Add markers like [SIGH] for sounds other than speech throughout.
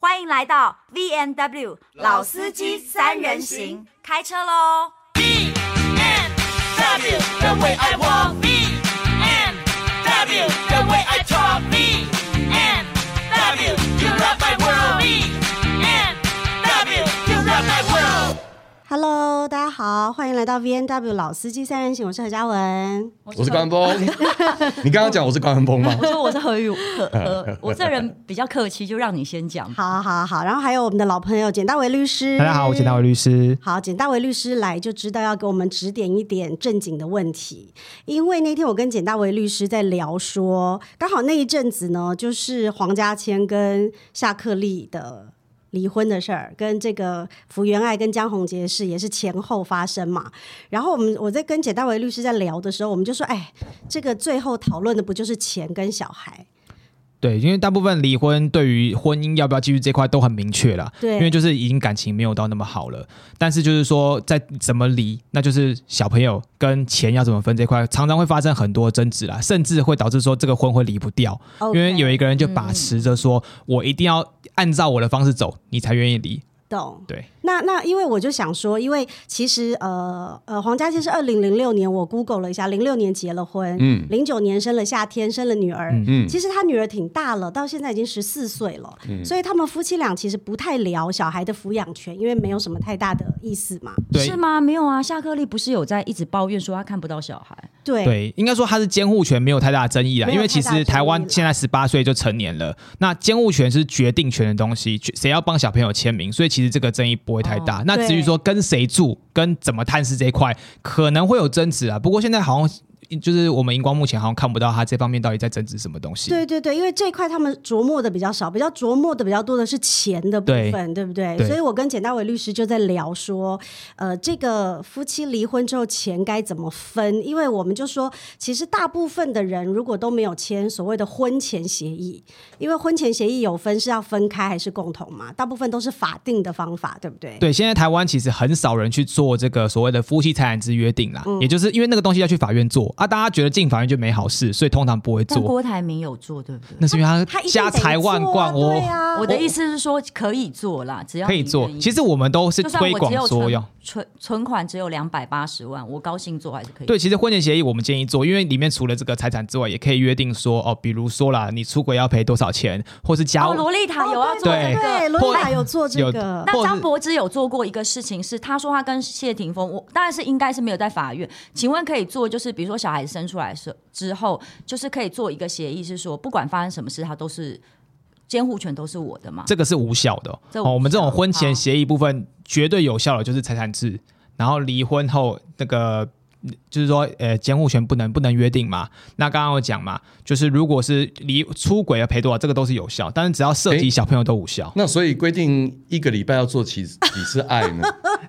欢迎来到 V N W 老司机三人行，开车喽！ W the way I walk, B and W the way I talk, B and W you love my world, B and W you love my world. Hello，大家好，欢迎来到 V N W 老司机三人行，我是何嘉文。我是关峰。 [LAUGHS] 你刚刚讲我是关峰吗？我说我是何宇，何 [LAUGHS] 何，我这人比较客气，就让你先讲。好好好，然后还有我们的老朋友简大为律师。大家好，我简大伟律师。好，简大为律师来就知道要给我们指点一点正经的问题，因为那天我跟简大为律师在聊说，刚好那一阵子呢，就是黄家千跟夏克立的。离婚的事儿跟这个福原爱跟江宏杰事也是前后发生嘛，然后我们我在跟简大为律师在聊的时候，我们就说，哎，这个最后讨论的不就是钱跟小孩？对，因为大部分离婚对于婚姻要不要继续这块都很明确了，对因为就是已经感情没有到那么好了，但是就是说在怎么离，那就是小朋友跟钱要怎么分这块，常常会发生很多争执啦，甚至会导致说这个婚会离不掉 OK 因为有一个人就把持着说、我一定要按照我的方式走，你才愿意离，懂？对，那那因为我就想说，因为其实呃呃，黄嘉欣是二零零六年，我 Google 了一下，零六年结了婚，嗯，零九年生了夏天，生了女儿，嗯，其实他女儿挺大了，到现在已经十四岁了，所以他们夫妻俩其实不太聊小孩的抚养权，因为没有什么太大的意思嘛，对，是吗？没有啊，夏克立不是有在一直抱怨说他看不到小孩，对。对，应该说他是监护权没有太大的争议啦，没有因为其太大的实台湾争议啦现在十八岁就成年了，那监护权是决定权的东西，决谁要帮小朋友签名，所以其实这个争议不会太哦大。那至于说跟谁住、跟怎么探视这一块，可能会有争执啊。不过现在好像就是我们荧光幕前好像看不到他这方面到底在争执什么东西。对对对，因为这一块他们琢磨的比较少，比较琢磨的比较多的是钱的部分，对不对？对所以我跟简大伟律师就在聊说，呃，这个夫妻离婚之后钱该怎么分？因为我们就说，其实大部分的人如果都没有签所谓的婚前协议，因为婚前协议有分是要分开还是共同嘛，大部分都是法定的方法，对不对？对，现在台湾其实很少人去做这个所谓的夫妻财产之约定啦，嗯也就是因为那个东西要去法院做啊，大家觉得进法院就没好事，所以通常不会但做。郭台铭有做，对不对？那是因为他一定家得财万做啊贯，哦我对啊，我的意思是说可以做啦，只要可以做。其实实我们都是就算推我只有广作用存。存存款只有两百八十万，我高兴做还是可以。对，其实婚前协议我们建议做，因为里面除了这个财产之外，也可以约定说，哦，比如说啦，你出轨要赔多少钱，或是家哦，务、洛丽塔有要做这对对，个。罗或拉有做这有个，那或张是柏芝有做过一个事情，是他说他跟谢霆锋，我当然是应该是没有在法院。请问可以做，就是比如说小孩子生出来的时候之后，就是可以做一个协议，是说不管发生什么事，他都是监护权都是我的嘛？这个是无效的这无效哦。我们这种婚前协议部分绝对有效的就是财产制，然后离婚后那个。就是说，呃，监护权不能不能约定嘛？那刚刚有讲嘛，就是如果是离出轨要赔多少，这个都是有效，但是只要涉及诶小朋友都无效。那所以规定一个礼拜要做几几次爱呢？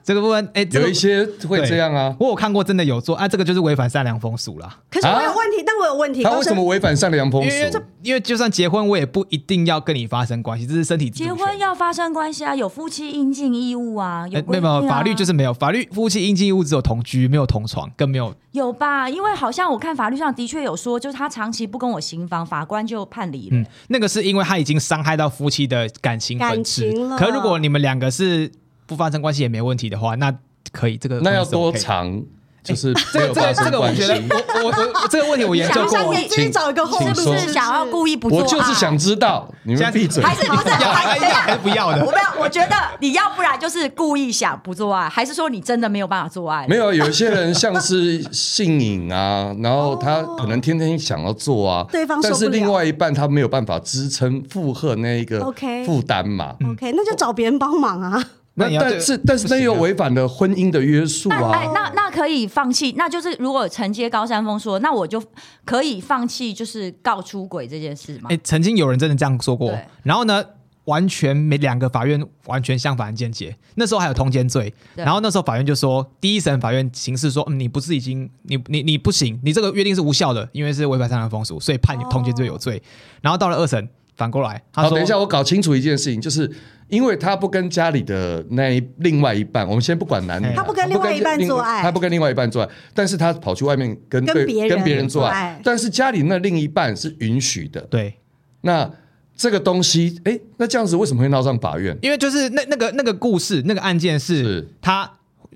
这个部分，哎、这个有一些会这样啊。我有看过真的有做啊，这个就是违反善良风俗啦。可是我有啊问题，但我有问题，他高为什升么违反善良风因为俗？因为就算结婚，我也不一定要跟你发生关系，这是身体自主结权。婚要发生关系啊，有夫妻应尽义务啊，有呃没规定有没啊、有法律就是没有法律，夫妻应尽义务只有同居，没有同床，嗯更没有。有吧？因为好像我看法律上的确有说，就是他长期不跟我行房，法官就判离了。嗯，那个是因为他已经伤害到夫妻的感情本质感情了。可如果你们两个是不发生关系也没问题的话，那可以这个那要可以是多 OK 长？就是这没个有这发个生这个，我关系觉。得我我我这个问题我研究好想 [LAUGHS] 不想像过给。自己哎找一个后请路，是不说是想要嗯故意不做、我啊？就是想知道，你们闭嘴。还是不是？要还还是等一要下还是不 [LAUGHS] 要我的？没有，我觉得你要不然就是故意想不做爱，还是说你真的没有办法做爱？没有，有一些人像是性瘾啊，然后他可能天天想要做啊，对方受但不了是另外一半他没有办法支撑负荷那一个 OK 负担嘛。 OK，那就找别人帮忙啊。嗯那那你要但是但是那啊又违反了婚姻的约束那哎啊，，那那可以放弃，那就是如果承接高山峰说，那我就可以放弃，就是告出轨这件事嘛哎、。曾经有人真的这样说过对。然后呢，完全没两个法院完全相反的见解。那时候还有通奸罪，对然后那时候法院就说，第一审法院刑事说，嗯，你不是已经你你你不行，你这个约定是无效的，因为是违反善良风俗，所以判你通奸罪有哦罪。然后到了二审，反过来他好，说，等一下，我搞清楚一件事情，就是因为他不跟家里的那一另外一半，我们先不管男女啊，他不跟另外一半做爱他不跟另外一半做爱，但是他跑去外面跟跟对别人跟别人做做爱爱，但是家里那另一半是允许的，对那这个东西，哎，那这样子为什么会闹上法院？因为就是那那个那个故事那个案件是是他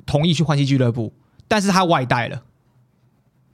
同意去换妻俱乐部，但是他外带了，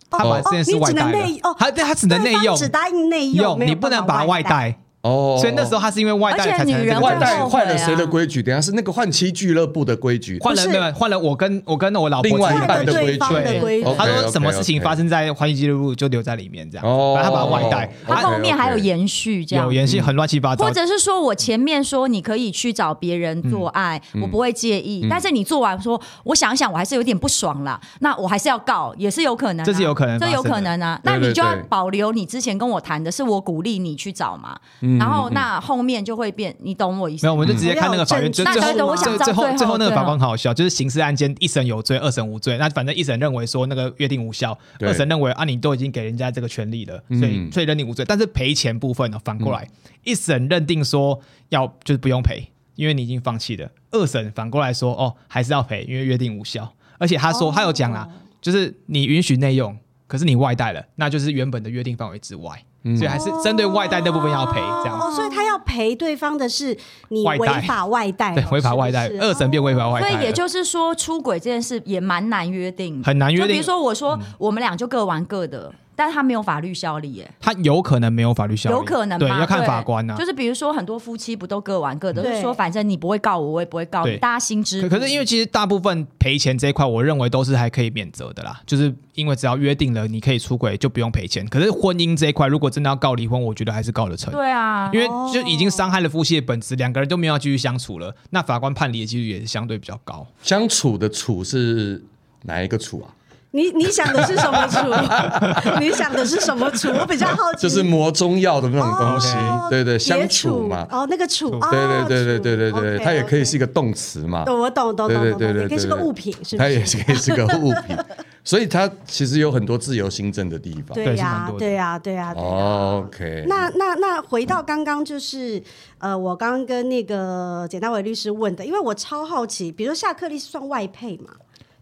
他把这件事哦你外只能带了内哦，他对他只能内对用方只答应内用，没有你不能把办它法外外。带，哦，所以那时候他是因为外带而且才产女生这个人问外题真带后悔坏了谁的啊规矩？等一下是那个换妻俱乐部的规矩，换了不没是有换了我跟我跟我老婆另外之一间半换的了规对规矩方的规矩哦，他 OK，OK，OK 说什么事情发生在欢迎俱乐部就留在里面这样，哦反正他把它外带，哦它啊后面还有延续这样有。延续很乱七八糟或。者是说我前面说你可以去找别人做爱，嗯我不会介意，但是你做完说，我想想我还是有点不爽啦，那我还是要告，也是有可能啊、这是有可能发这生的有可能啊。对那对你就要对保留你之前跟我谈的是我鼓励你去找嘛，然后那后面就会变，你懂我意思嗯没有，吗？我们就直接看那个法院，嗯就那最对对后我想知道最后最后最后那个最后法官很好笑，就是刑事案件一审有罪，二审无罪。那反正一审认为说那个约定无效，对二审认为啊你都已经给人家这个权利了，所以嗯所以认定无罪。但是赔钱部分呢，反过来一审认定说要就是不用赔，因为你已经放弃了。二审反过来说哦还是要赔，因为约定无效。而且他说他有讲啦，就是你允许内用，可是你外带了，那就是原本的约定范围之外，嗯所以还是针对外带那部分要赔这样。哦，所以他要赔对方的是你外违带法外带，对，违法外带，是哦不是二审变违法外带哦所了，以也就是说，出轨这件事也蛮难约定的，很难约定嗯就比如说，我说我们俩就各玩各的，但是他没有法律效力耶、他有可能没有法律效力，有可能吧对，要看法官啊呐、对就是比如说，很多夫妻不都各玩各的，就对是说反正你不会告我，我也不会告对你，大家心知可肚可是因为其实大部分赔钱这一块，我认为都是还可以免责的啦，就是因为只要约定了你可以出轨就不用赔钱。可是婚姻这一块，如果真的要告离婚，我觉得还是告得成，对啊，因为就已经伤害了夫妻的本质，两个人都没有要继续相处了，那法官判离的几率也是相对比较高。相处的处是哪一个处啊？你你想的是什么 [LAUGHS] 处？你想的是什么处？我比较好奇。就是磨中药的那种东西哦，对对，别相处嘛，哦，那个处，对对对对对对对，它也可以是一个。个动词嘛，对，我懂懂对懂对懂对懂，对，也可以是个对对物品，是不它是也？是可以是个物品， [LAUGHS] 所以它其实有很多自由新政的地方。哦对对是蛮呀多，的对呀，对呀，对呀。 OK，那那那回到刚刚就是呃，我刚刚跟那个简大伟律师问的，因为我超好奇，比如说夏克利是算外配嘛？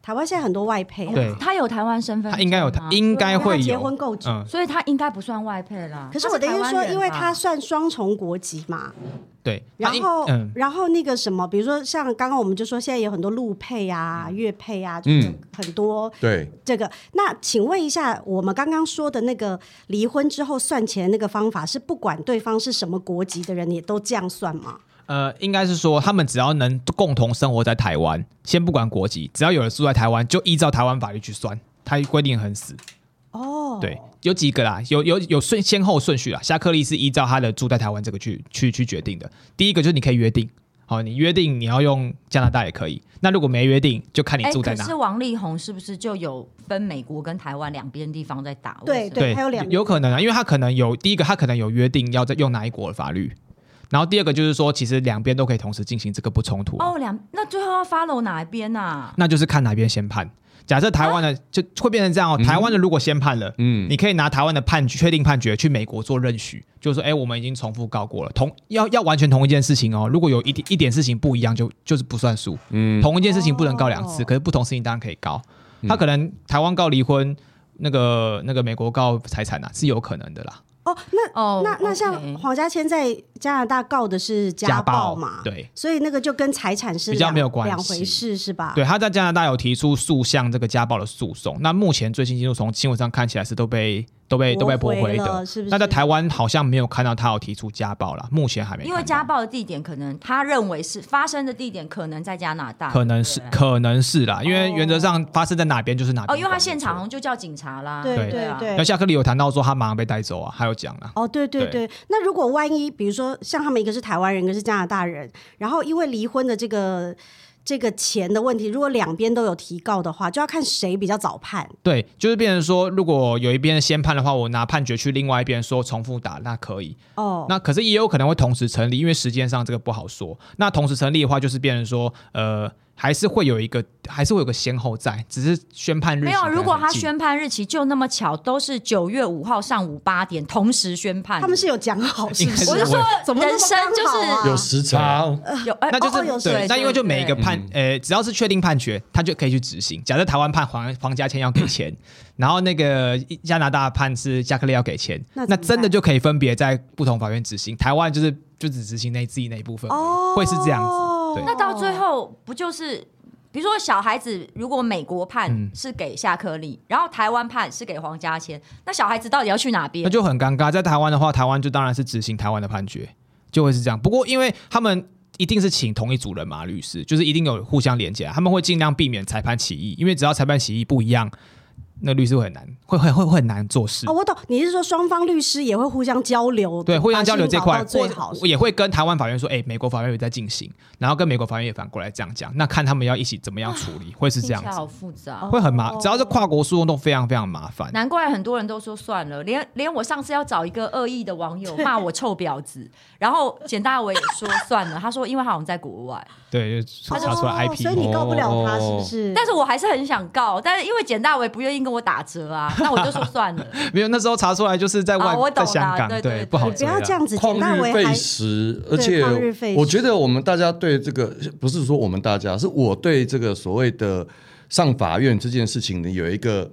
台湾现在很多外配啊，对，他有台湾身份，他应该有，啊应该会有因为他结婚够久嗯，所以他应该不算外配啦。可是我的意思他是台湾说，人吧因为他算双重国籍嘛，对，他然应后、嗯。然后那个什么，比如说像刚刚我们就说，现在有很多陆配啊、粤配啊，就是嗯很多对，这个。那请问一下，我们刚刚说的那个离婚之后算钱的那个方法，是不管对方是什么国籍的人，也都这样算吗？呃，应该是说他们只要能共同生活在台湾，先不管国籍，只要有人住在台湾，就依照台湾法律去算，它规定很死。哦，对，有几个啦，有有有顺先后顺序啦。夏克利是依照他的住在台湾这个去去去决定的。第一个就是你可以约定，好，你约定你要用加拿大也可以。那如果没约定，就看你哎，住在可哪。是王力宏是不是就有分美国跟台湾两边地方在打？对为什么对，还有两有可能啊，因为他可能有第一个，他可能有约定要在用哪一国的法律，然后第二个就是说，其实两边都可以同时进行，这个不冲突啊、哦，两那最后要 follow 哪一边啊呐？那就是看哪边先判。假设台湾的、就会变成这样哦，台湾的如果先判了，嗯，嗯你可以拿台湾的判决确定判决去美国做认许，就是说，哎、我们已经重复告过了，同要要完全同一件事情哦，如果有一点一点事情不一样就，就是不算数，嗯，同一件事情不能告两次，哦可是不同事情当然可以告，他可能台湾告离婚，那个那个美国告财产啊，是有可能的啦，哦，那哦那那像 OK 黄家千在加拿大告的是家暴暴嘛，对所以那个就跟财产是比较两没有关系两回事是吧？对，，他在加拿大有提出数项这个家暴的诉讼，那目前最新进度从新闻上看起来是都被都被都被驳驳回回的，了是不是那在台湾好像没有看到他有提出家暴啦，目前还没看因到。为家暴的地点可能他认为是发生的地点，可能在加拿大，可能是对不对可能是啦，因为原则上发生在哪边就是哪哦，边。因为他现场好。像就叫警察啦。对对对啊对那夏克里有谈到说他马上被带走啊，还有讲啦。哦，对对对对，那如果万一，比如说像他们一个是台湾人，一个是加拿大人，然后因为离婚的这个这个钱的问题，如果两边都有提告的话，就要看谁比较早判。对，就是变成说，如果有一边先判的话，我拿判决去另外一边说重复打，那可以。哦，那可是也有可能会同时成立，因为时间上这个不好说。那同时成立的话，就是变成说，呃，还是会有一个，还是会有个先后在，只是宣判日期没有，可能如果很他近宣判日期就那么巧，都是九月五号上午八点同时宣判。他们是有讲好，是不应该是？是我是说怎么那么人生就刚好啊是有时差哦，有，哎 [LAUGHS] 那就哦哦有是谁对，那因为就每一个对判，呃，只要是确定判决，他就可以去执行。假设台湾判黄黄家千要给钱，然后那个加拿大判是加克利要给钱，那怎那么办真的就可以分别在不同法院执行。台湾就是就只执行那自己那一部分而已，哦会是这样子。那对，到最后不就是，比如说小孩子如果美国判嗯是给夏克立，然后台湾判是给黄家千，那小孩子到底要去哪边那？就很尴尬。在台湾的话，台湾就当然是执行台湾的判决，就会是这样。不过因为他们。一定是请同一组人嘛，律师就是一定有互相连接啊，他们会尽量避免裁判歧义，因为只要裁判歧义不一样，那律师会很难，会会会会很难做事哦，。我懂，你是说双方律师也会互相交流，对，互相交流把新这闻块搞到最好或。也会跟台湾法院说，哎、美国法院也在进行，然后跟美国法院也反过来这样讲，那看他们要一起怎么样处理，会是听起这样来好子，复哦杂。会很麻，只要是跨国诉讼都非常非常麻烦。难怪很多人都说算了，连连我上次要找一个恶意的网友骂我臭婊子，然后简大伟也说算了，他说因为他好像在国外，对，就哦查出来 IP，、所以你告不了他，是不哦是？但是我还是很想告，但是因为简大伟不愿意跟我打折啊，那我就说算 [LAUGHS] 了。没有那时候查出来就是在外，哦我懂在啦香港，对对对不好你不要这追啦。啊样子，旷简大日为还费时，而对且旷日费时我觉得我们大家对这个不是说我们大家，是我对这个所谓的上法院这件事情呢有一个，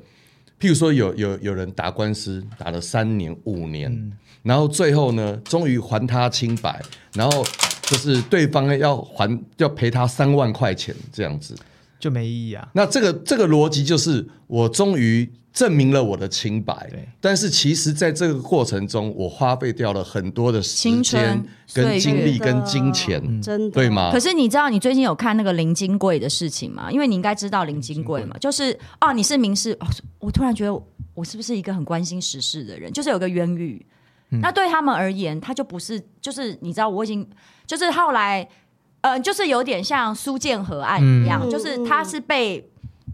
譬如说有有有人打官司打了三年五年，然后最后呢终于还他清白，然后就是对方要还要赔他三万块钱这样子，就没意义啊。那这个这个逻辑就是，我终于证明了我的清白对，但是其实在这个过程中，我花费掉了很多的时青春间、跟岁月精力、跟金嗯钱，真的对？吗可？是你知道你最近有看那个林金贵的事情吗？因为你应该知道林金贵嘛，就是哦，你是民事哦，我突然觉得我我是不是一个很关心时事的人？就是有个冤狱，那对他们而言，他就不是，就是你知道，我已经就是后来，呃，就是有点像苏建和案一样，嗯就是他是被。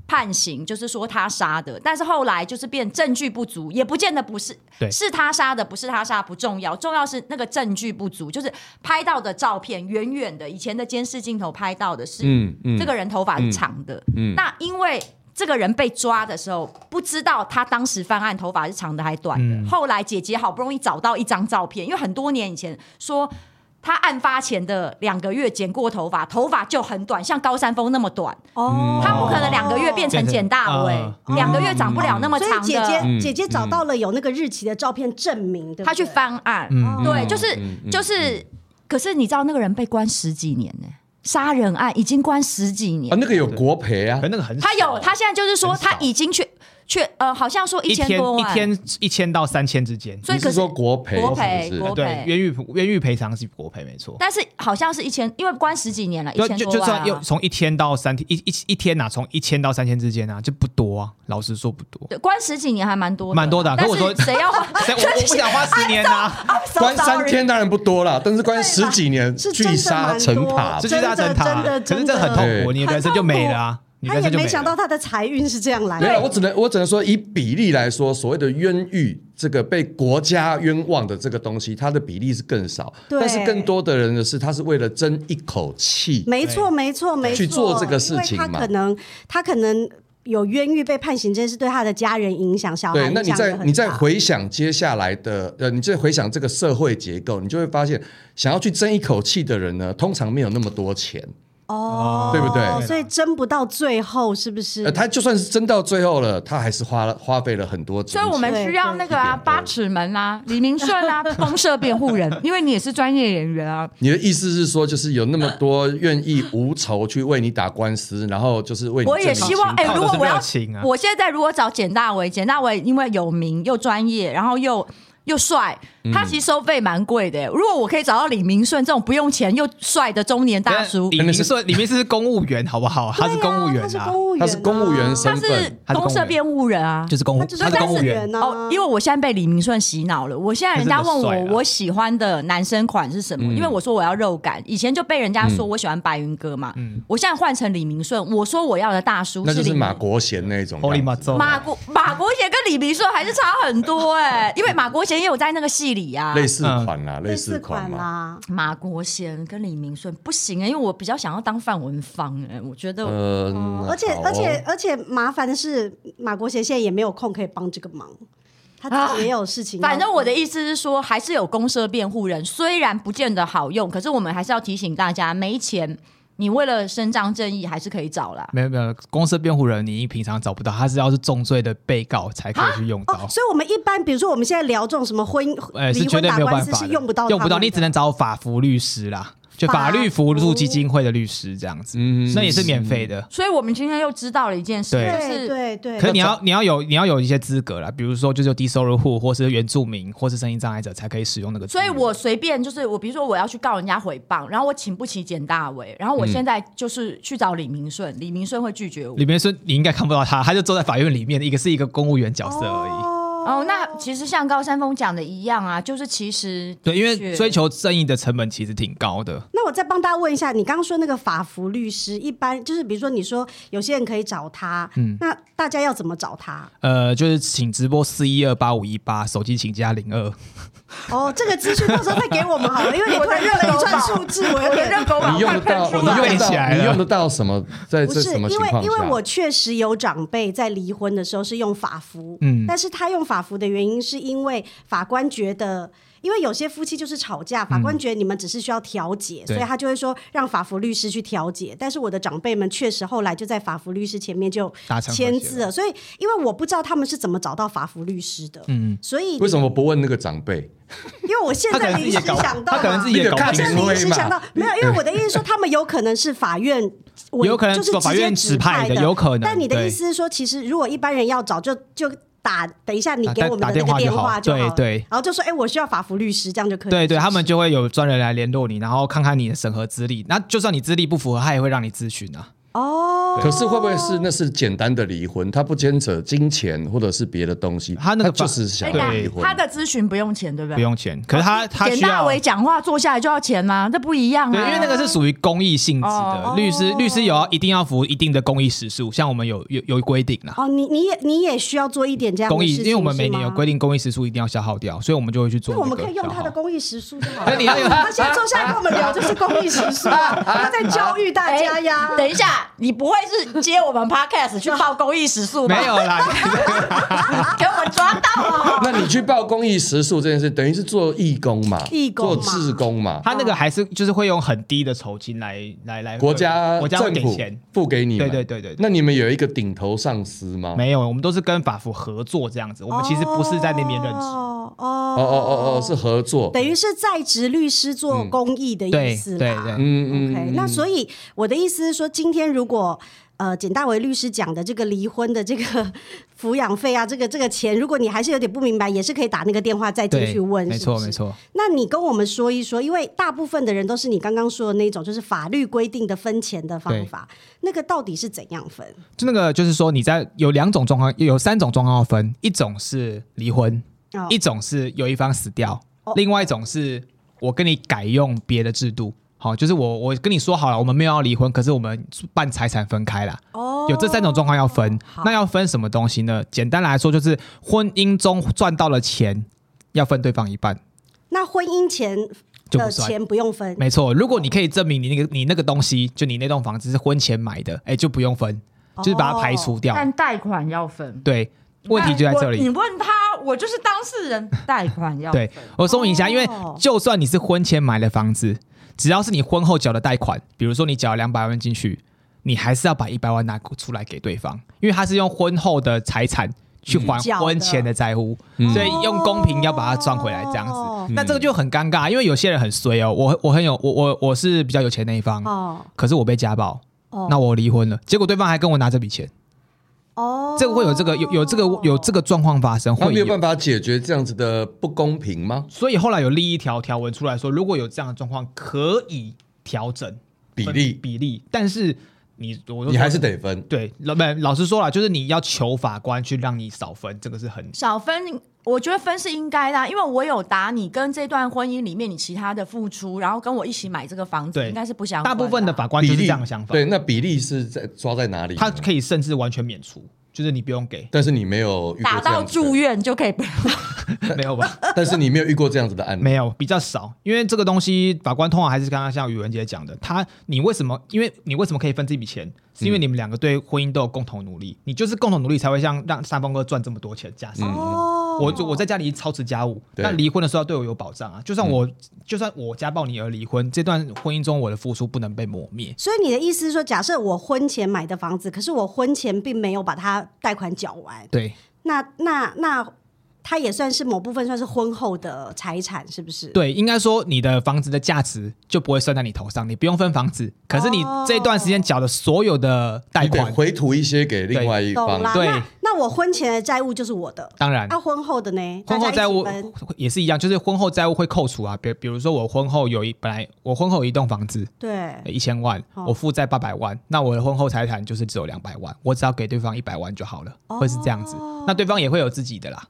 判刑就是说他杀的，但是后来就是变证据不足，也不见得不是对是他杀的，不是他杀不重要，重要是那个证据不足，就是拍到的照片远远的，以前的监视镜头拍到的是、嗯嗯这个人头发是长的，嗯那因为。这个人被抓的时候，不知道他当时犯案头发是长的还是短嗯的。后来姐姐好不容易找到一张照片，因为很多年以前说他案发前的两个月剪过头发，头发就很短，像高山峰那么短。哦，他不可能两个月变成简大变伟成，嗯两、个月长不了那么所长以的。姐姐姐姐找到了有那个日期的照片证明，对不对他去翻案，嗯对，就是、就是，可是你知道那个人被关十几年呢、杀人案已经关十几年，啊，那个有国赔啊可，那个很少他有他现在就是说很少他已经去去呃，好像说一千多一万，天一千到三千之间，所以你可是是说国赔？国赔是不国是？赔对冤狱冤狱赔偿是国赔没错。但是好像是一千，因为关十几年了，一对，千就多就万、算啊。有从一天到三天，一一一天呐、从一千到三千之间啊，就不多啊。老实说不多。对，关十几年还蛮多的，蛮多的啊但可我是说谁 [LAUGHS] 要花？谁 [LAUGHS] 我我不想花十年呐、啊，嗯关三天当然不多啦，但是关十几年是聚真的沙蛮成多塔这， [LAUGHS] 就是大成真塔，的啊可真的是这很痛对苦，你的人生就没了啊，你的他人也生就没了想到他的财运是这样来没有，我的。只能我只能说，以比例来说，所谓的冤狱，这个被国家冤枉的这个东西，它的比例是更少。对但是更多的人呢，是他是为了争一口气。没错，没错，没错，去做这个事情因为嘛他可能他可能有冤狱被判刑，这件事对他的家人影响，小孩对，那你影响得再很你再大回想接下来的，呃，你再回想这个社会结构，你就会发现，想要去争一口气的人呢，通常没有那么多钱。哦，对不对所以争不到最后，是不是？呃，他就算是争到最后了，他还是花了花费了很多金所以钱。我们对需要那个啊，对八尺门啊，李明顺 [LAUGHS] 啊，公社辩护人，因为你也是专业演员啊，你的意思是说，就是有那么多愿意无酬去为你打官司，然后就是为你我也证明希望，清哎、白靠的如果是我要热情啊，我现在如果找简大为，简大为因为有名又专业，然后又又帅，嗯他其实收费蛮贵的。如果我可以找到李明顺这种不用钱又帅的中年大叔，里面是里面是公务员好不好？他是公务员他是啊，公务员、他是公务员他身是份，公社辩护人啊。就是公务他就是他是公务公务员员。啊哦，因为我现在被李明顺洗脑了。我现在人家问他真的帅我啊我喜欢的男生款是什嗯么，因为我说我要肉感，以前就被人家说我喜欢白云哥嘛。我现在换成李明顺，我说我要的大叔嗯那就是李明马国贤那哦种。 Holy m a [LAUGHS] 马国马国贤跟李明顺还是差很多哎、因为马国贤也有在那个戏戏里啊，类似嗯款啦，类似啊似款嘛。啦，马国贤跟李明顺不行哎、因为我比较想要当范文芳哎、我觉得我、呃，嗯而且好哦而且而且麻烦的是，马国贤现在也没有空可以帮这个忙，他自己也有事情要忙。啊反正我的意思是说，还是有公社辩护人，虽然不见得好用，可是我们还是要提醒大家，没钱你为了伸张正义还是可以找啦。没有没有，公司辩护人你平常找不到，他是要是重罪的被告才可以去用到哦，。所以我们一般比如说我们现在聊这种什么婚呃，是离绝婚对打没有官办司法的，是用不到用不他到，们你只能的找法服律师啦，就法律辅助基金会的律师这样子，嗯那也是免费的。所以我们今天又知道了一件事，对就对是对对，哦可是你要你要有你要有一些资格啦，比如说就是有低收入户，或是原住民，或是身心障碍者才可以使用那个资所源。以我随便就是我，比如说我要去告人家诽谤，然后我请不起简大为，然后嗯我现在就是去找李明顺，李明顺会拒绝我。里面是你应该看不到他，他就坐在法院里面，一个是一个公务员角色而已。哦，那其实像高山峰讲的一样啊，就是其实对，因的为确追求正义的成本其实挺高的。那我再帮大家问一下，你刚刚说那个法服律师，一般就是比如说你说有些人可以找他，嗯那大家要怎么找他？呃，就是请直播四一二八五一八，手机请加零二。哦，这个资讯到时候再给我们好了，因为你突然热了一串数字，我有我的点热。狗你用得到，出你用来得用起来到，了你用得到什么？在不这是什么情因为况下？因为我确实有长辈在离婚的时候是用法服，嗯但是他用法服的原因是因为法官觉得。因为有些夫妻就是吵架，法官觉得你们只是需要调解，嗯对所以他就会说让法服律师去调解。但是我的长辈们确实后来就在法服律师前面就达成和签解字了，所以因为我不知道他们是怎么找到法服律师的，嗯，所以为什么不问那个长辈？因为我现他可在能自临己也时搞想到嘛，他可能自己也搞那不个这清看楚清。临时想到嘛没有，因为我的意思是说，他们有可能是法院委。有可能就是直接法院指派的的，有可能但你的对意思是说，其实如果一般人要找，就就打，等一下你打给我们打的那电话个就电好话就好对了，对然后就说，哎，我需要法服律师，这样就可以。对对，他们就就会有专人来联络你，然后看看你的审核资历。那就算你资历不符合，他也会让你咨询啊。哦，可是会不会是那是简单的离婚，他不牵扯金钱或者是别的东西，他那个就法是想哎要离对婚。他的咨询不用钱，对不对？不用钱，可是哦他他简需大要为讲话坐下来就要钱呐、这不一样啊。对，因为那个是属于公益性质哦的，律师律师有要一定要服一定的公益时数，像我们有有有规定啦。哦，你你也你也需要做一点这样的公益，事情因为我们每是吗年有规定公益时数一定要消耗掉，所以我们就会去做那那我个们消耗。可以用他的公益时数就好可了。是你那个 [LAUGHS] 他现在坐下来跟我们聊就是公益时数啊，他在教育大哎家呀。啊等一下，你不会是接我们 podcast 去报公益时速吧？没有，啦，给我们抓到哦了。那你去报公益时数这件事，等于是做义工嘛，义工嘛做志工嘛，他那嗯个还是就是会用很低的酬金来来来国家国家会政给府钱，付给你们。对对对对对那你们有一个顶头上司吗？没有，我们都是跟法服合作这样子，我们其实不是在那边任职。哦哦哦哦哦哦，是合作。等于是在职律师做公益的意对思嗯对啦。对，嗯 OK，那所以我的意思是说，今天如果呃简大为律师讲的这个离婚的这个 [LAUGHS] 抚养费啊，这个这个钱，如果你还是有点不明白，也是可以打那个电话再进对，去问，没是错不是没。错，那你跟我们说一说，因为大部分的人都是你刚刚说的那种，就是法律规定的分钱的方法，那个到底是怎样分？就那个就是说你在有两种状况，有三种状况要分，一种是离婚，哦一种是有一方死掉，另外一种是我跟你改用别的制度。好，就是我我跟你说好了，我们没有要离婚，可是我们办财产分开啦。哦有这三种状况要分。那要分什么东西呢？简单来说，就是婚姻中赚到了钱要分对方一半。那婚姻前就不的算钱不用分，没错，如果你可以证明你那个你那个东西，就你那栋房子是婚前买的，哎，就不用分，就是把它排除掉。哦但贷款要分，对，问题就在这我你里。问他，我就是当事人，贷款要分对，我说明一下，因为哦就算你是婚前买的房子，只要是你婚后缴的贷款，比如说你缴了两百万进去，你还是要把一百万拿出来给对方，因为他是用婚后的财产去还缴的婚前的债务，嗯所以用公平要把它赚回来这样子。哦那这个就很尴尬，因为有些人很衰哦，我我很有我我我是比较有钱那一方，哦可是我被家暴，那我离婚了，结果对方还跟我拿这笔钱，哦，这个会有这个有有这个有这个状况发生，他会没有有办。法解决这样子的不公平吗？所以后来有立一条条文出来说，如果有这样的状况，可以调整比例比例，但是你我就你还是得分。对老不老实说了，就是你要求法官去让你少分，这个是很少分，我觉得分是应该的啊，因为我有打你跟这段婚姻里面你其他的付出，然后跟我一起买这个房子，对，应该是不相关啊大部分的法官就比是例这样的想法，对，那比例是在抓在哪里呢？他可以甚至完全免除。就是你不 [LAUGHS] 用给，但是你没有遇过打这到样子的住，院就可以不用。没有吧？但是你没有遇过这样子的案例，没有，比较少，因为这个东西，法官通常还是刚刚像宇文杰讲的，他你为什么？因为你为什么可以分这笔钱？是嗯因为你们两个对婚姻都有共同努力，你就是共同努力才会像让三峰哥赚这么多钱。假设、嗯哦，嗯我就我在家里操持家务，对嗯那离婚的时候要对我有保障啊。就算我、就算我家暴你而离婚，这段婚姻中我的付出不能被磨灭。所以你的意思是说，假设我婚前买的房子，可是我婚前并没有把它贷款缴完，对那那那它也算是某部分算是婚后的财产，是不是？，对，应该说你的房子的价值就不会算在你头上，你不用分房子，可是你哦这段时间缴的所有的贷你得款，回吐一些给另外一懂方。啦。对啊那那我婚前的债务就是我的，当然那、婚后的呢？嗯婚后大家债一起务分也是一样，就是婚后债务会扣除啊，比比如说我婚后有一本来我婚后有一栋房子对一千万，哦我负债八百万，那我的婚后财产就是只有两百万，我只要给对方一百万就好了，会是这样子，哦那对方也会有自己的啦，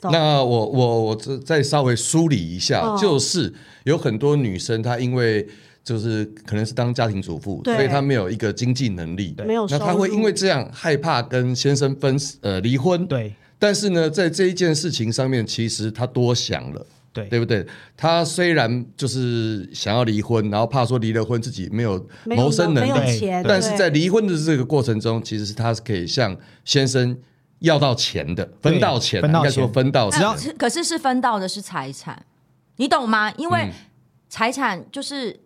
懂那我我我这再稍微梳理一下，哦就是有很多女生她因为就是可能是当家庭主妇，对所以她没有一个经济能力，没有收那她会入因为这样害怕跟先生分呃离婚，。对但是呢，在这一件事情上面，其实她多想了。对对不对？她虽然就是想要离婚，然后怕说离了婚自己没有没有谋生能没力，有对钱，但是对在离婚的这个过程中，其实是她是可以向先生要到钱的，分到钱啊，分到应该说钱分到钱。可是可是是分到的是财产，你懂吗？因为财产就是。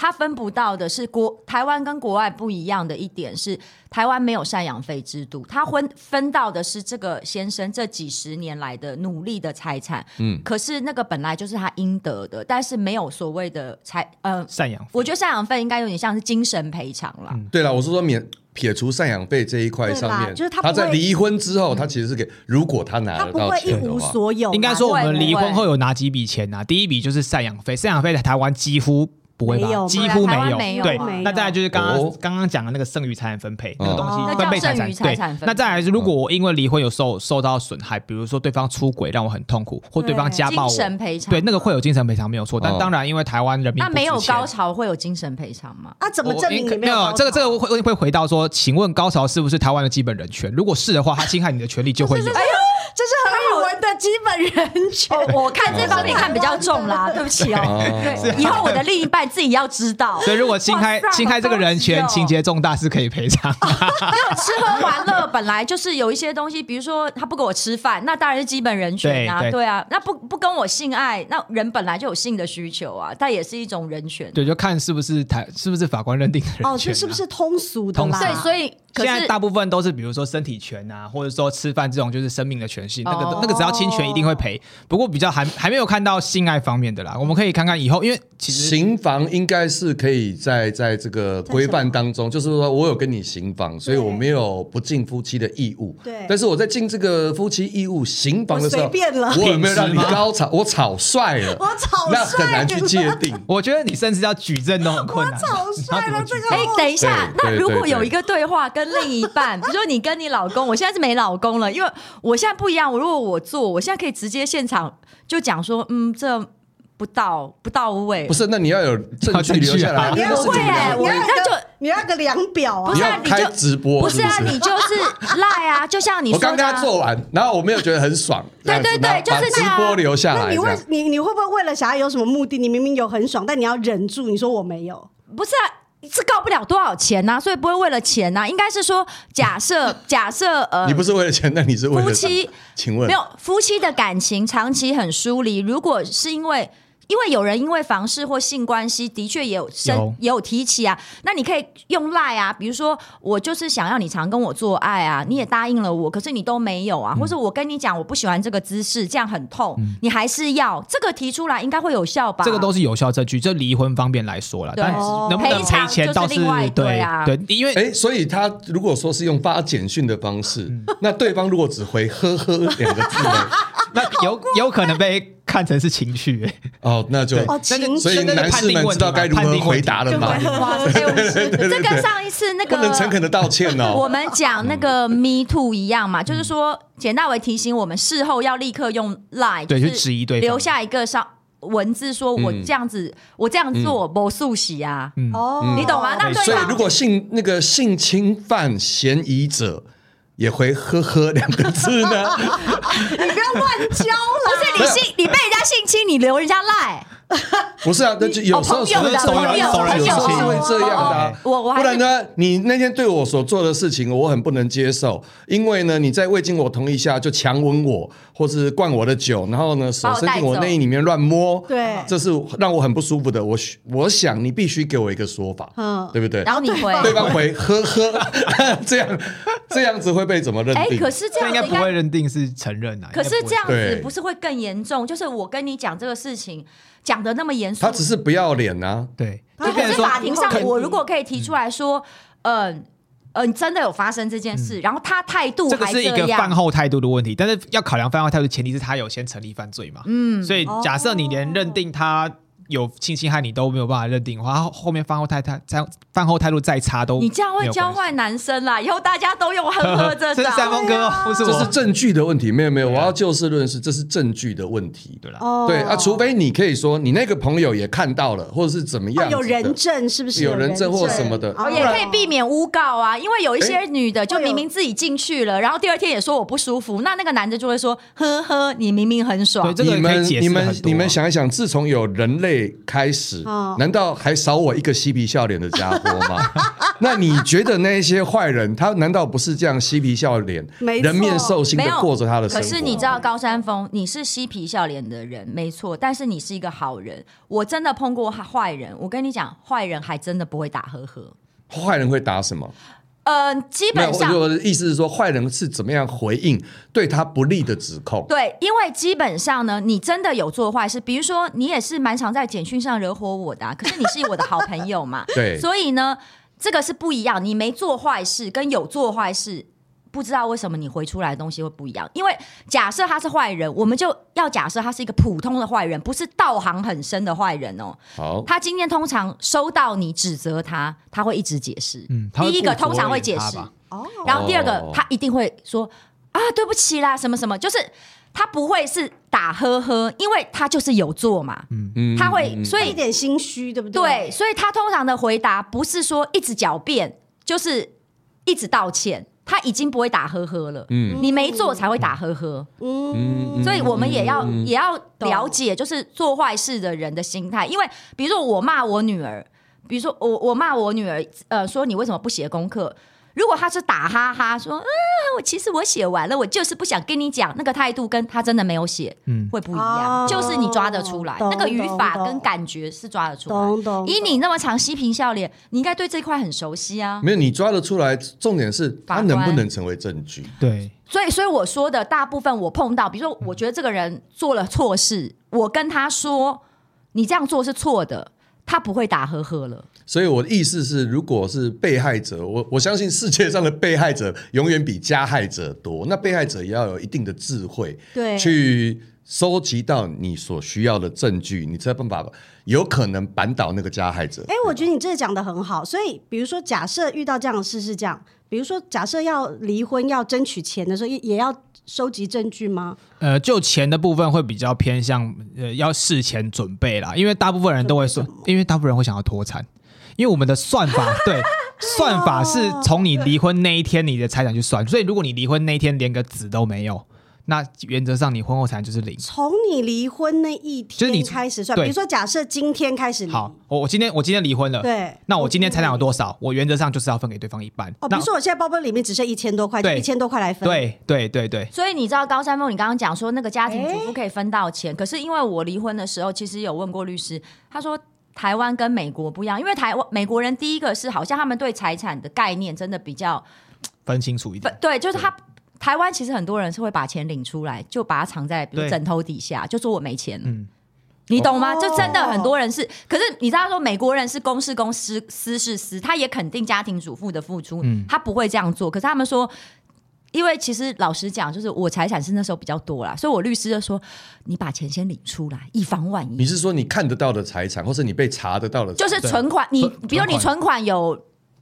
他分不到的是国台湾跟国外不一样的一点是，台湾没有赡养费制度，他分分到的是这个先生这几十年来的努力的财产，嗯，可是那个本来就是他应得的，但是没有所谓的财，呃，赡养费我觉得赡养费应该有点像是精神赔偿啦，对了，我是说免撇除赡养费这一块上对啦面，就是他不会嗯他在离婚之后，他其实是给，如果他拿他得不到会一钱的无话，所哦有啦，应该说我不们会离不会婚后有哪几笔钱啊？第一笔就是赡养费，赡养费在台湾几乎。不会没有吧？嘛几乎台湾有，没有对啊没。那再来就是刚刚、哦嗯刚刚讲的那个剩余财产分配、那个东哦西，分配那财叫剩产。余财产对分配，那再来是，如果我因为离婚有受受到损害，比如说对方出轨让我很痛苦，或对方家精暴我，神赔偿，对那个会有精神赔偿没有错。但哦当然，因为台湾人民那没有不值钱高潮会有精神赔偿吗？啊，怎么我证明我你没有高有潮？这个这个会会回到说，请问高潮是不是台湾的基本人权？如果是的话，他侵害你的权利就 [LAUGHS] 会有。哎这是何宇文的基本人权。哦，我看这方面看比较重啦，对不起哦。 [LAUGHS] 啊对，以后我的另一半自己要知 [LAUGHS] 道。所以，如果侵害哇塞侵害这个人好权，高级哦情节重大是可以赔偿。 [LAUGHS] 吃喝玩乐本来就是有一些东西，比如说他不给我吃饭，那当然是基本人权啊，对对对啊。那不不跟我性爱，那人本来就有性的需求啊，但也是一种人权。对，就看是不是台是不是法官认定的人权、啊。哦，这是不是通俗的通啦？俗对，所以可现是在大部分都是比如说身体权啊，或者说吃饭这种就是生命的权性，那个、哦那个只要侵权一定会赔。不过比较还还没有看到性爱方面的啦，我们可以看看以后，因为其实刑房应该是可以在在这个规范当中，就是说我有跟你刑房，所以我没有不尽夫妻的义务。对但是我在尽这个夫妻义务刑房的时候，我随便了我有没有让你品质吗高潮？我草率了， [LAUGHS] 我草率那很难去界定。 [LAUGHS] 我觉得你甚至要举证都很困难。啊草率了，这个哎、等一下，对那对如对果有对一个对话跟另一 [LAUGHS] 半，比如说你跟你老公，我现在是没老公了，因为我现在不一样。我如果我做，我现在可以直接现场就讲说，嗯，这不到不到位，不是，那你要有证据留 [LAUGHS] 下来，要证因为据啊那是不会你哎的我为那就你要个量表啊不你是啊要你就开直播，不是是啊，你就是赖啊，就像你我说的啊、刚跟他做完，然后我没有觉得很 [LAUGHS] 爽，这样子对对对然后把就是这样啊直播留下那来，你这为样你你会不会为了小孩有什么目的？你明明有很爽，但你要忍住。你说我没有，不是啊。是告不了多少钱呐、所以不会为了钱啊呐、应该是说假 [LAUGHS] 设假设呃，你不是为了钱，那 [LAUGHS] 你是为了夫妻？请问没有夫妻的感情长期很疏离，如果是因为。因为有人因为房事或性关系，的确也有生有也有提起啊。那你可以用赖啊，比如说我就是想要你常跟我做爱啊，你也答应了我，可是你都没有啊，嗯或者我跟你讲我不喜欢这个姿势，这样很痛，你还是要这个提出来应该会有效吧？这个都是有效证据，这离婚方面来说了，对但哦能不能赔赔偿钱就是倒是另外一对对啊对，因为哎，所以他如果说是用发简讯的方式，嗯那对方如果只回“呵呵”两个字 [LAUGHS] 呢？那 [LAUGHS] 有有可能被看成是情绪、欸，哦，那就哦 [LAUGHS] 那情就绪所以那就男判士定们问知题道嘛该如何判定问回题答了吗？哇，哦这个哎这跟上一次那不个能诚恳的道歉 [LAUGHS] 我哦。们讲那个 Me Too 一样嘛，就是说简大为提醒我们事后要立刻用 Line 对就是去质疑对方留下一个上文字，说我这样子，我这样做不速喜啊，嗯哦，你懂吗？那对对所以，如方果性那个性侵犯嫌疑者也回呵呵两个字呢？ [LAUGHS] 你不要乱教啦！不是你性，你被人家性侵，你留人家赖。不是啊，那就有时候哦朋友的手朋友手有时候朋是友会这样的哦啊、哦我我还不然呢，你那天对我所做的事情，我很不能接受，因为呢，你在未经我同意下就强吻我，或是灌我的酒，然后呢，手把我伸带进我走内衣里面乱摸，对这是让我很不舒服的。我需我想你必须给我一个说法，嗯对不对？然后你回，对方回呵呵，这样这样子会被怎么认哎、定？可是这这样应子该应不该会认定是承认啊。可是这样对子不是会更严重？就是我跟你讲这个事情，讲的那么严肃他，只是不要脸啊，对，对就变可成是说法庭上，肯我如果可以提出来说，嗯嗯，真的有发生这件嗯事，然后他态度这个还是一个样饭，后态度的问题，但是要考量饭后态度，前提是他有先成立犯罪嘛。嗯，所以假设你连认定他有性侵害你都没有办法认定的话，他后后面饭后态态再饭后态度再差都你这样没会有教关系。坏男生啦！以后大家都用呵呵这 [LAUGHS] 这是三招。峰哥哦，不是这是我。证据的问题。没有没有，我对啊要就事论事，这是证据的问题。对啦哦对啊，除非你可以说你那个朋友也看到了，或者是怎么样、哦有人。证是不是？有人人证或什么的哦哦，也可以避免诬告啊，因为有一些女的就会有明明自己进去了，然后第二天也说我不舒服，那那个男的就会说呵呵，你明明很爽对，，这个你可以们解释你很们多啊你们想一想，自从有人类开始，哦难道还少我一个嬉皮笑脸的家伙吗？那你觉得那一些坏人，他难道不是这样嬉皮笑脸、没错人面兽心的没有过着他的生可活？是你知啊道高山峰，你是嬉皮笑脸的人，没错，但是你是一个好人。我真的碰过坏人，我跟你讲，坏人还真的不会打呵呵。坏人会打什么？嗯、基没有，本我上我的意思是说，坏人是怎么样回应对他不利的指控？，对，因为基本上呢，你真的有做坏事，比如说你也是蛮常在简讯上惹火我的、啊，可是你是我的好朋友嘛对所以呢，这个是不一样，你没做坏事跟有做坏事。不知道为什么你回出来的东西会不一样，因为假设他是坏人，我们就要假设他是一个普通的坏人，不是道行很深的坏人哦。好，他今天通常收到你指责他，他会一直解释。嗯他会第一个不着通常会眼解他释，吧哦，然后第二个哦他一定会说啊，对不起啦，什么什么，就是他不会是打呵呵，因为他就是有做嘛，嗯他会所一以点心虚，对不对，对？所以他通常的回答不是说一直狡辩，就是一直道歉。他已经不会打呵呵了，嗯你没做才会打呵呵，嗯所以我们也要、也要懂了解，就是做坏事的人的心态。因为比如说我骂我女儿，比如说我我骂我女儿，呃，说你为什么不写功课？如果她是打哈哈说，嗯、我其实我写完了，我就是不想跟你讲，那个态度跟她真的没有写，嗯会不一样，哦就是你抓得出来，懂那个语法懂跟懂感觉是抓得出来。懂懂。以你那么长嬉皮笑脸，你应该对这块很熟悉啊。没有，你抓得出来，重点是他法官能不能成为证据？对，所以，所以我说的大部分我碰到，比如说，我觉得这个人做了错事，我跟他说你这样做是错的，他不会打呵呵了。所以我的意思是，如果是被害者，我我相信世界上的被害者永远比加害者多。那被害者也要有一定的智慧，对去收集到你所需要的证据，你才有办法有可能扳倒那个加害者。哎、我觉得你这个讲的很好。所以，比如说，假设遇到这样的事是这样，比如说，假设要离婚要争取钱的时候，也也要收集证据吗？呃，就钱的部分会比较偏向呃要事前准备啦，因为大部分人都会说，因为大部分人会想要脱产，因为我们的算法 [LAUGHS] 对。算法是从你离婚那一天你的财产去算，哦所以如果你离婚那一天连个子都没有，那原则上你婚后财产就是零。从你离婚那一就是你天开始算，对比如说，假设今天开始离，好，我我今天我今天离婚了，对那我今天财产有多少？我原则上就是要分给对方一半。哦，比那如说我现在包包里面只剩一千多块，就对一千多块来分，，对对对对，所以你知道高山峰，你刚刚讲说那个家庭主妇可以分到钱，可是因为我离婚的时候，其实有问过律师，他说台湾跟美国不一样，因为台湾美国人第一个是好像他们对财产的概念真的比较分清楚一点。对，就是他。台湾其实很多人是会把钱领出来，就把它藏在比如对枕头底下，就说我没钱了。嗯你懂吗？哦就真的很多人是，可是你知道说美国人是公事公私私事私，他也肯定家庭主妇的付出，嗯他不会这样做。可是他们说，因为其实老实讲，就是我财产是那时候比较多啦，所以我律师就说，你把钱先领出来，以防万你一，是说你看得到的财产，或是你被查得到的财就产？是存款，你存比如你存存款有。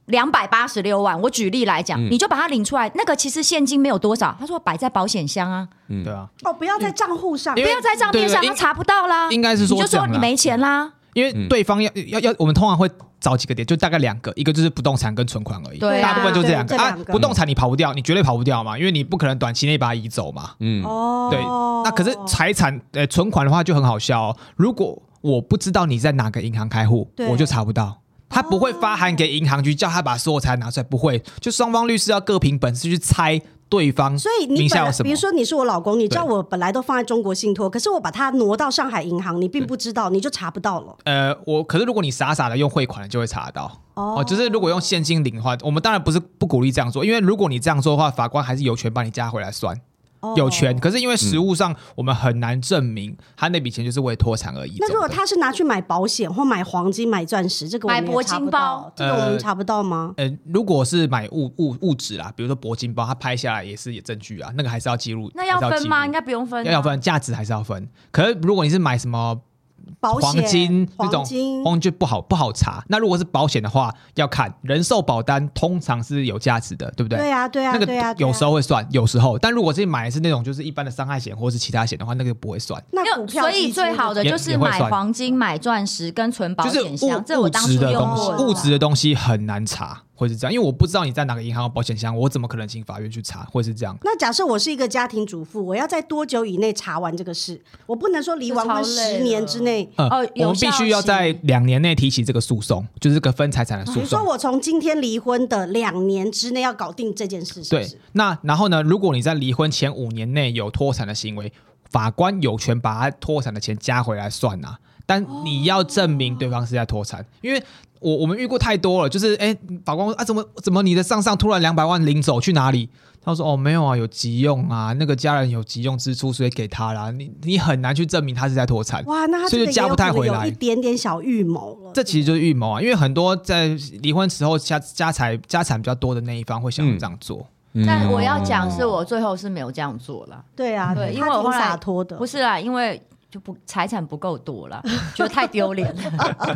两百八十六万，我举例来嗯讲，你就把它领出来。那个其实现金没有多少，他说摆在保险箱啊，对啊，哦，不要在账户上因不为要在账面上，对对他查不到啦。应该是说你就说这样啦你没钱啦，因为对方要要要，我们通常会找几个点，就大概两个，一个就是不动产跟存款而已，对啊大部分就这两对个这啊两。个不动产你跑不掉，你绝对跑不掉嘛，因为你不可能短期内把它移走嘛。嗯，哦，对，那可是财产呃存款的话就很好笑哦。如果我不知道你在哪个银行开户，对我就查不到。他不会发函给银行去叫他把所有财产拿出来，不会。就双方律师要各凭本事去猜对方所以你名本下来有什么。比如说你是我老公，你知道对我本来都放在中国信托，可是我把它挪到上海银行，你并不知道，你就查不到了。呃，我可是如果你傻傻的用汇款了，就会查得到。哦，就是如果用现金领的话，我们当然不是不鼓励这样做，因为如果你这样做的话，法官还是有权把你加回来算，哦有权。。可是因为实物上，我们很难证明他那笔钱就是为脱产而已。那如果他是拿去买保险或买黄金、买钻石，这个我们买也铂查金不到包这个我们呃查不到吗？呃，如果是买物物物质啦，比如说铂金包，他拍下来也是有证据啊，那个还是要记录。那要还是分记吗？录应该不用分、啊，要要分，价值还是要分。可是如果你是买什么保黄险、金这种黄金，黄金就不好不好查。那如果是保险的话，要看人寿保单通常是有价值的，对不对？对啊，对啊，那对啊个，有时候候会算，有时候，但如果是买的是那种就是一般的伤害险或是其他险的话，那个不会算。那股有，票所以基金最好的也就是也会买算黄金、买钻石跟存保就是险物箱，这我物当初质的用东过西，了。物质的东西很难查，会是这样，因为我不知道你在哪个银行有保险箱，我怎么可能请法院去查？会是这样。那假设我是一个家庭主妇，我要在多久以内查完这个事？我不能说离完婚这超累十了年之内。呃，哦我有们必须要效期在两年内提起这个诉讼，就是这个分财产的比诉如讼说。我从今天离婚的两年之内要搞定这件事，是不对是？，那然后呢？如果你在离婚前五年内有脱产的行为，法官有权把他脱产的钱加回来算啊。但哦你要证明对方是在脱产，因为我我们遇过太多了，就是哎，法官问啊，怎么怎么你的上上突然两百万领走去哪里？他说哦没有啊，有急用啊，那个家人有急用支出，所以给他啦。你你很难去证明他是在脱产。哇，那他所以这就个也加不有太可能回来有一点点小预谋了。这其实就是预谋啊，因为很多在离婚时候家家财家产比较多的那一方会想要这样做。但我要嗯讲，是我最后是没有这样做了。对啊，对，因为他我后挺来洒脱的不。是啦，因为就不财产不够多了，觉得太丢脸 [LAUGHS] 了。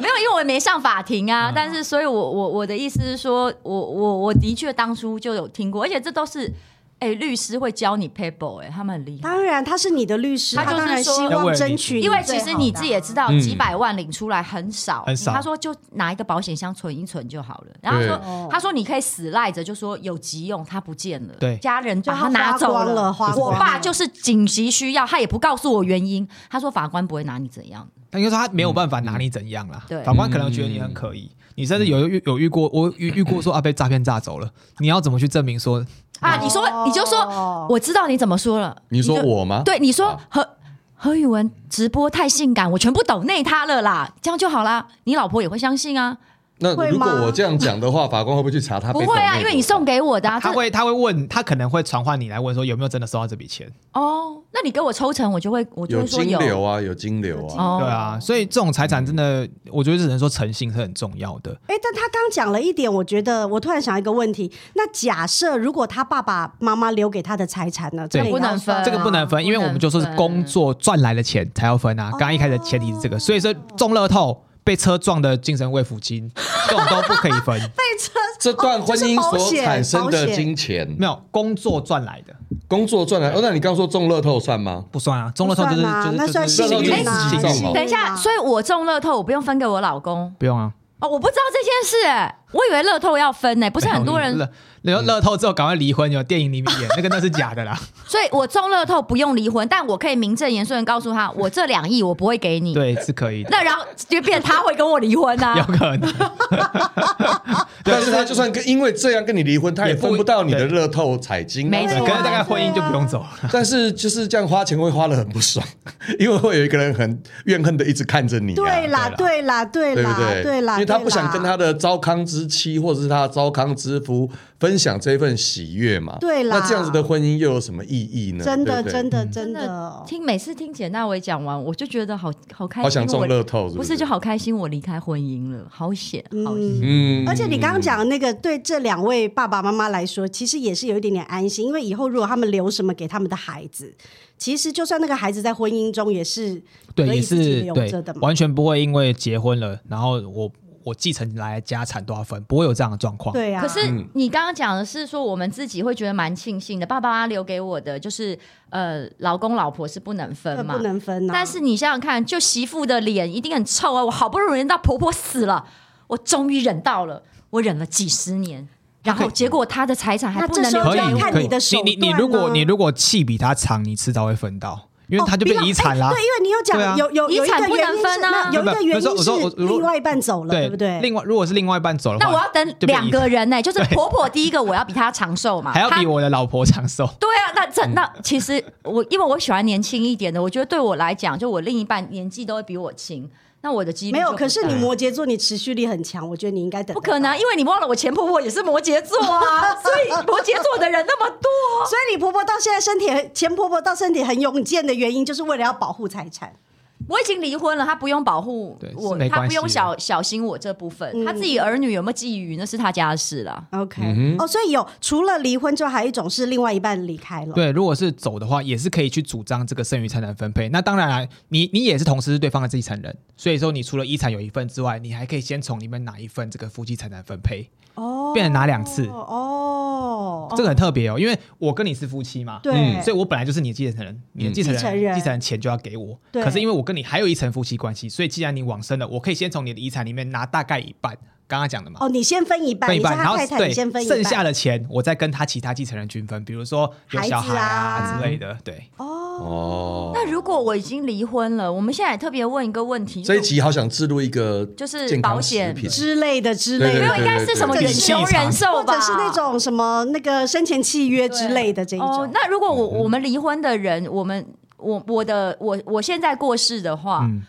没有，因为我也没上法庭嗯啊。但是，所以我我我的意思是说，我我我的确当初就有听过，而且这都是哎、律师会教你 paper，哎、他们很厉害。当然，他是你的律师，他他就是当然说希要为望了你争服取你最因好为的啊，其实你自己也知道，几百万领出来很少。很少他说就拿一个保险箱存一存就好了。然后他对说，他说你可以死赖着，就说有急用，他不见了，对家人就把他他拿走花光了花光我了爸就是紧急需要，他也不告诉我原因。他说法官不会拿你怎样。但就是他没有办法拿你怎样啦，嗯嗯对嗯法官可能觉得你很可疑，你甚至有遇有遇过，我遇遇过说啊被诈骗炸走了，你要怎么去证明说啊，哦你说你就说，我知道你怎么说了。你说就我吗对，你说好何何宇文直播太性感，我全部抖内他了啦，这样就好啦。你老婆也会相信啊？那会如果吗我这样讲的话，法官会不会去查他？不会啊，因为你送。给我的啊。他这会他会问他可能会传唤你来问说有没有真的收到这笔钱，哦，那你给我抽成，我就会我就有会说金流啊，有金流啊，哦，嗯对啊，所以这种财产真的，我觉得只能说诚信是很重要的。哎，但他刚讲了一点，我觉得我突然想一个问题：那假设如果他爸爸妈妈留给他的财产呢？对这个也啊不能哦要算分这个不能分，因为我们就说是工作赚来的钱才要分啊。刚刚一开始的前提是这个，所以说中乐透被车撞的精神慰 [LAUGHS] 抚金，这种都不可以分。这段婚哦姻这是保所险产生保的险金钱，没有工作赚来的工作赚来。哦，那你刚说中乐透算吗？不算啊，中乐透就是不算啊就是那算就是幸运就是啊幸幸运等运一对下，啊所以我中乐透，我不用分给我老公不用啊。哦，我不知道这件事、哎我以为乐透要分呢、不是很多哎人，乐乐乐透之后赶快离婚，有电影里面演那个那是假的 [LAUGHS] 啦。所以我中乐透不用离婚，但我可以名正言顺的告诉他，我这两亿我不会给你。对，是可以的，那然后就变他会跟我离婚 [LAUGHS] 有啊？可能。但是他就算跟因为这样跟你离婚，他也也不分不到你的对乐透彩金啊。没对错可是大概婚姻就不用走了。但是就是这样花钱会花的很不爽， [LAUGHS] 因为会有一个人很怨恨的一直看着你、啊。对啦，对啦，对对不啦，对？对啦，因为他不对啦想跟他的糟糠之妻或者是他的糟糠之夫分享这份喜悦嘛。对啦那这样子的婚姻又有什么意义呢？真的，对不对真嗯的，真真的的，听每次听简大伟讲完，我就觉得好好开心，好想中我乐透是不是不是就好开心，我离开婚姻了，好险，好险。嗯而且你刚刚讲的那个，对这两位爸爸妈妈来说，其实也是有一点点安心，因为以后如果他们留什么给他们的孩子，其实就算那个孩子在婚姻中也是对，可以也自己是留对着的，嘛。完全不会因为结婚了，然后我我继承来的家产多少分，不会有这样的状况。对呀、啊，可是嗯你刚刚讲的是说，我们自己会觉得蛮庆幸的，爸爸妈妈留给我的就是呃，老公老婆是不能分嘛不。能分啊。但是你想想看，就媳妇的脸一定很臭啊！我好不容易忍到婆婆死了，我终于忍到了，我忍了几十年，然后结果她的财产还那不这能时留候可给就要我以，看可你以的手你你你段如果啊你如果气比他长，你迟早会分到，因为他就变哦比遗老产啦哎。对，因为你有讲对啊有有有一遗产个不原能因分啊是，有一个 [LAUGHS] 不是不是原我因说是我如果另外一半走了，对不对？另外如果是另外一半走的那话，我要等就变两遗产个人呢、就是对婆婆第一个我要比她长寿嘛，还要她比我嗯的老婆长寿。对啊，那这那其实我因为我喜欢年轻一点的，我觉得对我来讲，就我另一半年纪都会比我轻，那我的几率没就有，不可是大你摩羯座，你持续力很强，我觉得你应该等。哎 [LAUGHS] 不可能，，啊因为你忘了我前婆婆也是摩羯座啊，所以摩羯座的人那么多。所以你婆婆到现在身体很前婆婆到身体很勇健的原因，就是为了要保护财产。我已经离婚了，她不用保护对是我没，她关不系用的小小心我这部分，嗯她自己儿女有没有觊觎那是她家的事啦。 OK，、哦，所以有除了离婚之外，还有一种是另外一半离开了。对，如果是走的话，也是可以去主张这个剩余财产分配。那当然啦，啊你你也是同时是对方的继承人，所以说你除了遗产有一份之外，你还可以先从里面拿一份这个夫妻财产分配，哦，变成拿两次，哦，这个很特别哦，因为我跟你是夫妻嘛，对嗯所以我本来就是你的继承人，你的继承人继承人继承人钱就要给我。对可是因为我跟你还有一层夫妻关系，所以既然你往生了，我可以先从你的遗产里面拿大概一半，刚刚讲的嘛。哦，你先分一半，分一半，你然是他后太太，对你先分一半，剩下的钱，我再跟他其他继承人均分，比如说有小孩孩子啊之类的。对，哦，那如果我已经离婚了，我们现在也特别问一个问题，这一集好想置入一个就是健康保险食品之类的之类没有对应的，该是什么对对女对穷人寿或吧，者是那种什么那个生前契约之类的这一哦种，。那如果嗯我我们离婚的人，我们我我的我我现在过世的话，嗯，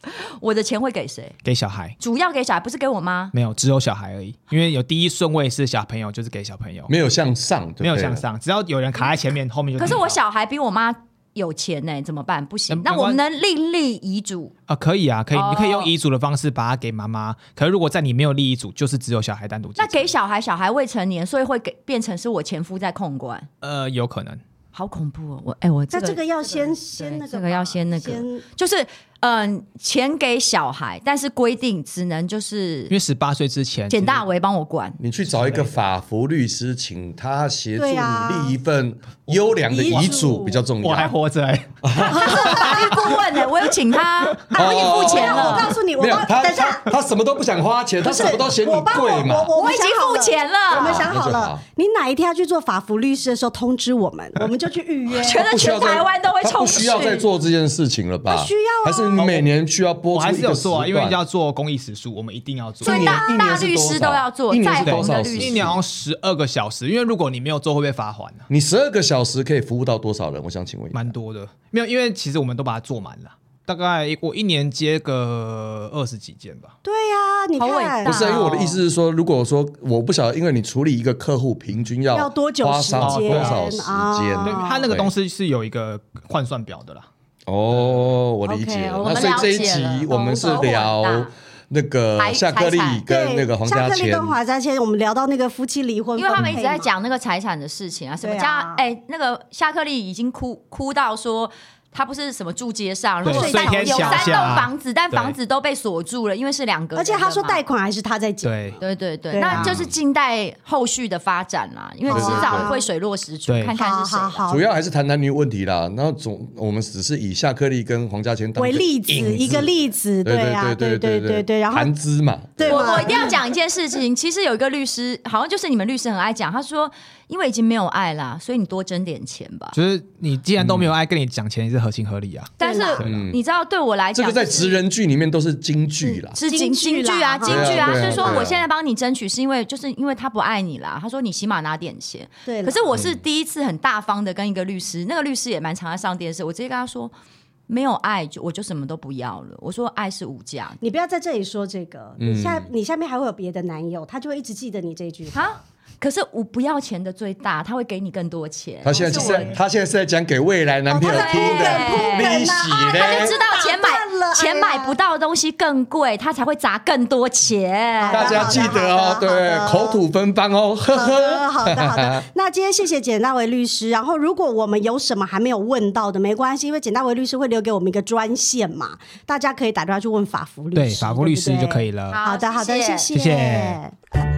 [LAUGHS] 我的钱会给谁？给小孩主要给小孩，不是给我妈。没有，只有小孩而已，因为有第一顺位是小朋友，就是给小朋友，没有向上，没有向。上，只要有人卡在前面，后面 [LAUGHS] 就可是听我到小孩比我妈有钱呢、怎么办？不行嗯。那没我们关能另立遗嘱，啊，可以啊，可以，哦你可以用遗嘱的方式把它给妈妈。可是如果在你没有立遗嘱，就是只有小孩单独继承。那给小孩，小孩未成年，所以会给变成是我前夫在控管，呃，有可能好恐怖哦！我哎、我这那个这个要先先那个吧，这个要先那个先就是嗯、钱给小孩，但是规定只能就是因为十八岁之前，简大为帮我管。你去找一个法服律师，请他协助对你啊立一份优良的遗遗嘱嘱比较重我还要。活着、欸，法律顾问呢、我有请他，他已经付钱哦没有我了。告诉你，我没有帮他，等一他下，他什么都不想花钱，他不是什么都嫌你我帮贵嘛。我我我已经付钱了我们想好那就了好，你哪一天要去做法服律师的时候通知我们，我们就去预约。觉得不需要全再台湾都会他冲不需要再去。做这件事情了吧？他需要啊还是你每年需要播我出还一是有个做啊，时因为段要做公益时数，我们一定要做。所以一大年一大年是律师多少都要做一，年再是红多的少律时一师间年好像十二个小时，因为如果你没有做会被罚款的、你十二个小时可以服务到多少人？我想请问一下，蛮多的。没有，因为其实我们都把它做满了，大概我一年接个二十几件吧。对呀，你好伟看，大不是啊，因为我的哦意思是说，如果说我不晓得，因为你处理一个客户平均要要多久花时上间多少时啊对，间？它那个对东西是有一个换算表的啦。哦，我理 OK，解了。我们那所以这一了解了集我们是聊那个财夏克利财产跟那个黄夏家克立千，跟黄家千，我们聊到那个夫妻离婚，因为他们一直在分配嘛，讲那个财产的事情啊，什么对啊家哎、那个夏克利已经哭哭到说。他不是什么住街上，如对果睡天有小三巷栋房子，但对房子都被锁住了，因为是两个人的嘛。而且他说贷款还是他在结，对，对对对，对啊那就是近代后续的发展啦，因为对迟对早对会水落石出，对看看好是谁好啦。好主。要还是谈男女问题啦。然后总我们只是以夏克利跟黄家千当为个例子，引一个例子，对呀，对对对对，然后谈资嘛，对我嘛我一定要讲一件事情，其实有一个律师，好像就是你们律师很爱讲，他说因为已经没有爱啦，所以你多争点钱吧。就是你既然都没有爱，跟你讲钱也是合情合理啊。但是对嗯你知道，对我来这讲，个在就是职人剧里面都是京剧啦。是京京京剧剧啦啊，哈京剧啊，所对啊以说对啊我现在帮你争取，是因为就是因为他不爱你啦。他说你起码拿点钱，对啦可是我是第一次很大方的跟一个律师，那个律师也蛮常在上电视，我直接跟他说没有爱就我就什么都不要了。我说爱是无价的你不要在这里说这个，你下你下面还会有别的男友，他就会一直记得你这句 [LAUGHS] 话。啊，可是我不要钱的最大，他会给你更多钱。他现在就是在他现在是在讲给未来男朋友听哦他的在铺梗利铺梗啊息他就嘞知。道钱买打断，了，钱买哎呀不到的东西更贵，他才会砸更多钱。大家记得哦，好的好的对，好的口吐芬芳哦，呵好呵。的，嗯好的，好的。那今天谢谢简大为律师。然后，如果我们有什么还没有问到的，没关系，因为简大为律师会留给我们一个专线嘛，大家可以打电话去问法服律师，对，法务律师就可以了。了。好好的，好的，谢谢谢谢谢